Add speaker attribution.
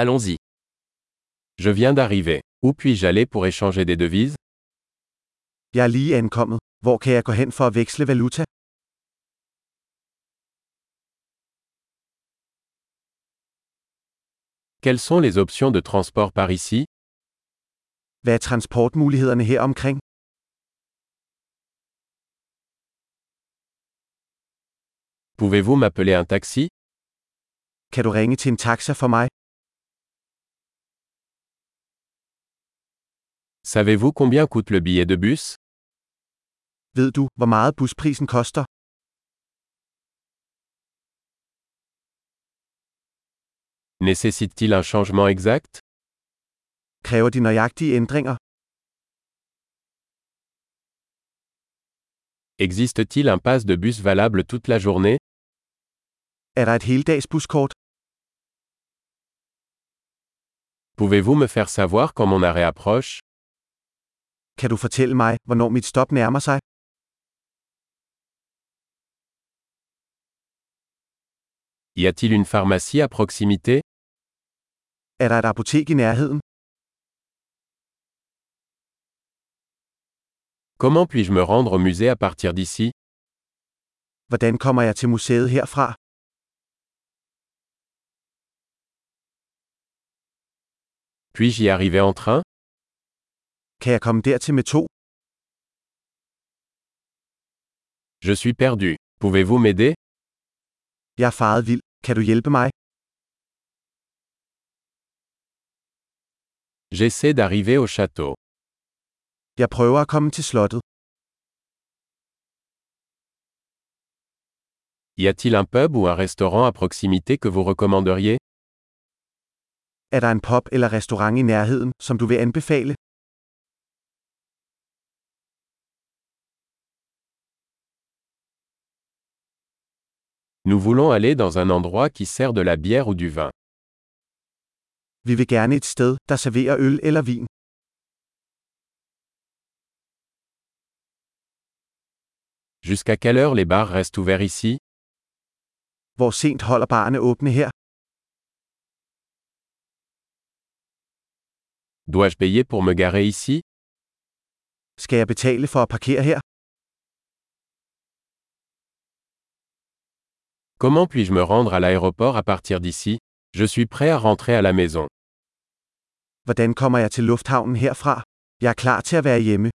Speaker 1: Allons-y. Je viens d'arriver. Où puis-je aller pour échanger des devises
Speaker 2: Jeg er lige ankommet. Hvor kan jeg gå hen for at veksle valuta?
Speaker 1: Quelles sont les options de transport par ici
Speaker 2: Hvad er transportmulighederne her omkring?
Speaker 1: Pouvez-vous m'appeler un taxi
Speaker 2: Kan du ringe til en taxa for mig?
Speaker 1: Savez-vous combien coûte le billet de bus
Speaker 2: Ved du, hvor meget busprisen koster?
Speaker 1: Nécessite-t-il un changement exact
Speaker 2: Kræver de nøjagtige ændringer?
Speaker 1: Existe-t-il un pass de bus valable toute la journée
Speaker 2: Er der et heldags buskort?
Speaker 1: Pouvez-vous me faire savoir quand mon arrêt approche
Speaker 2: Kan du fortælle mig, hvornår mit stop nærmer sig?
Speaker 1: Y a-t-il une pharmacie à proximité
Speaker 2: Er der et apotek i nærheden?
Speaker 1: Comment puis-je me rendre au musée à partir d'ici
Speaker 2: Hvordan kommer jeg til museet herfra?
Speaker 1: Puis-je y arriver en train
Speaker 2: Kan jeg komme dertil med to?
Speaker 1: Je suis perdu. Pouvez-vous m'aider
Speaker 2: Jeg er faret vild. Kan du hjælpe mig?
Speaker 1: J'essaie d'arriver au château.
Speaker 2: Jeg prøver at komme til slottet.
Speaker 1: Y a-t-il un pub ou un restaurant à proximité que vous recommanderiez
Speaker 2: Er der en pub eller restaurant i nærheden, som du vil anbefale?
Speaker 1: Nous voulons aller dans un endroit qui sert de la bière ou du vin.
Speaker 2: Vi vil gerne et sted, der serverer øl eller vin.
Speaker 1: Jusqu'à quelle heure les bars restent ouverts ici
Speaker 2: Hvor sent holder barne åbne her?
Speaker 1: Dois-je payer pour me garer ici
Speaker 2: Skal jeg betale for at parkere her?
Speaker 1: Comment puis-je me rendre à l'aéroport à partir d'ici Je suis prêt à rentrer à la maison.
Speaker 2: Hvordan kommer jeg til lufthavnen herfra? Jeg er klar til at være hjemme.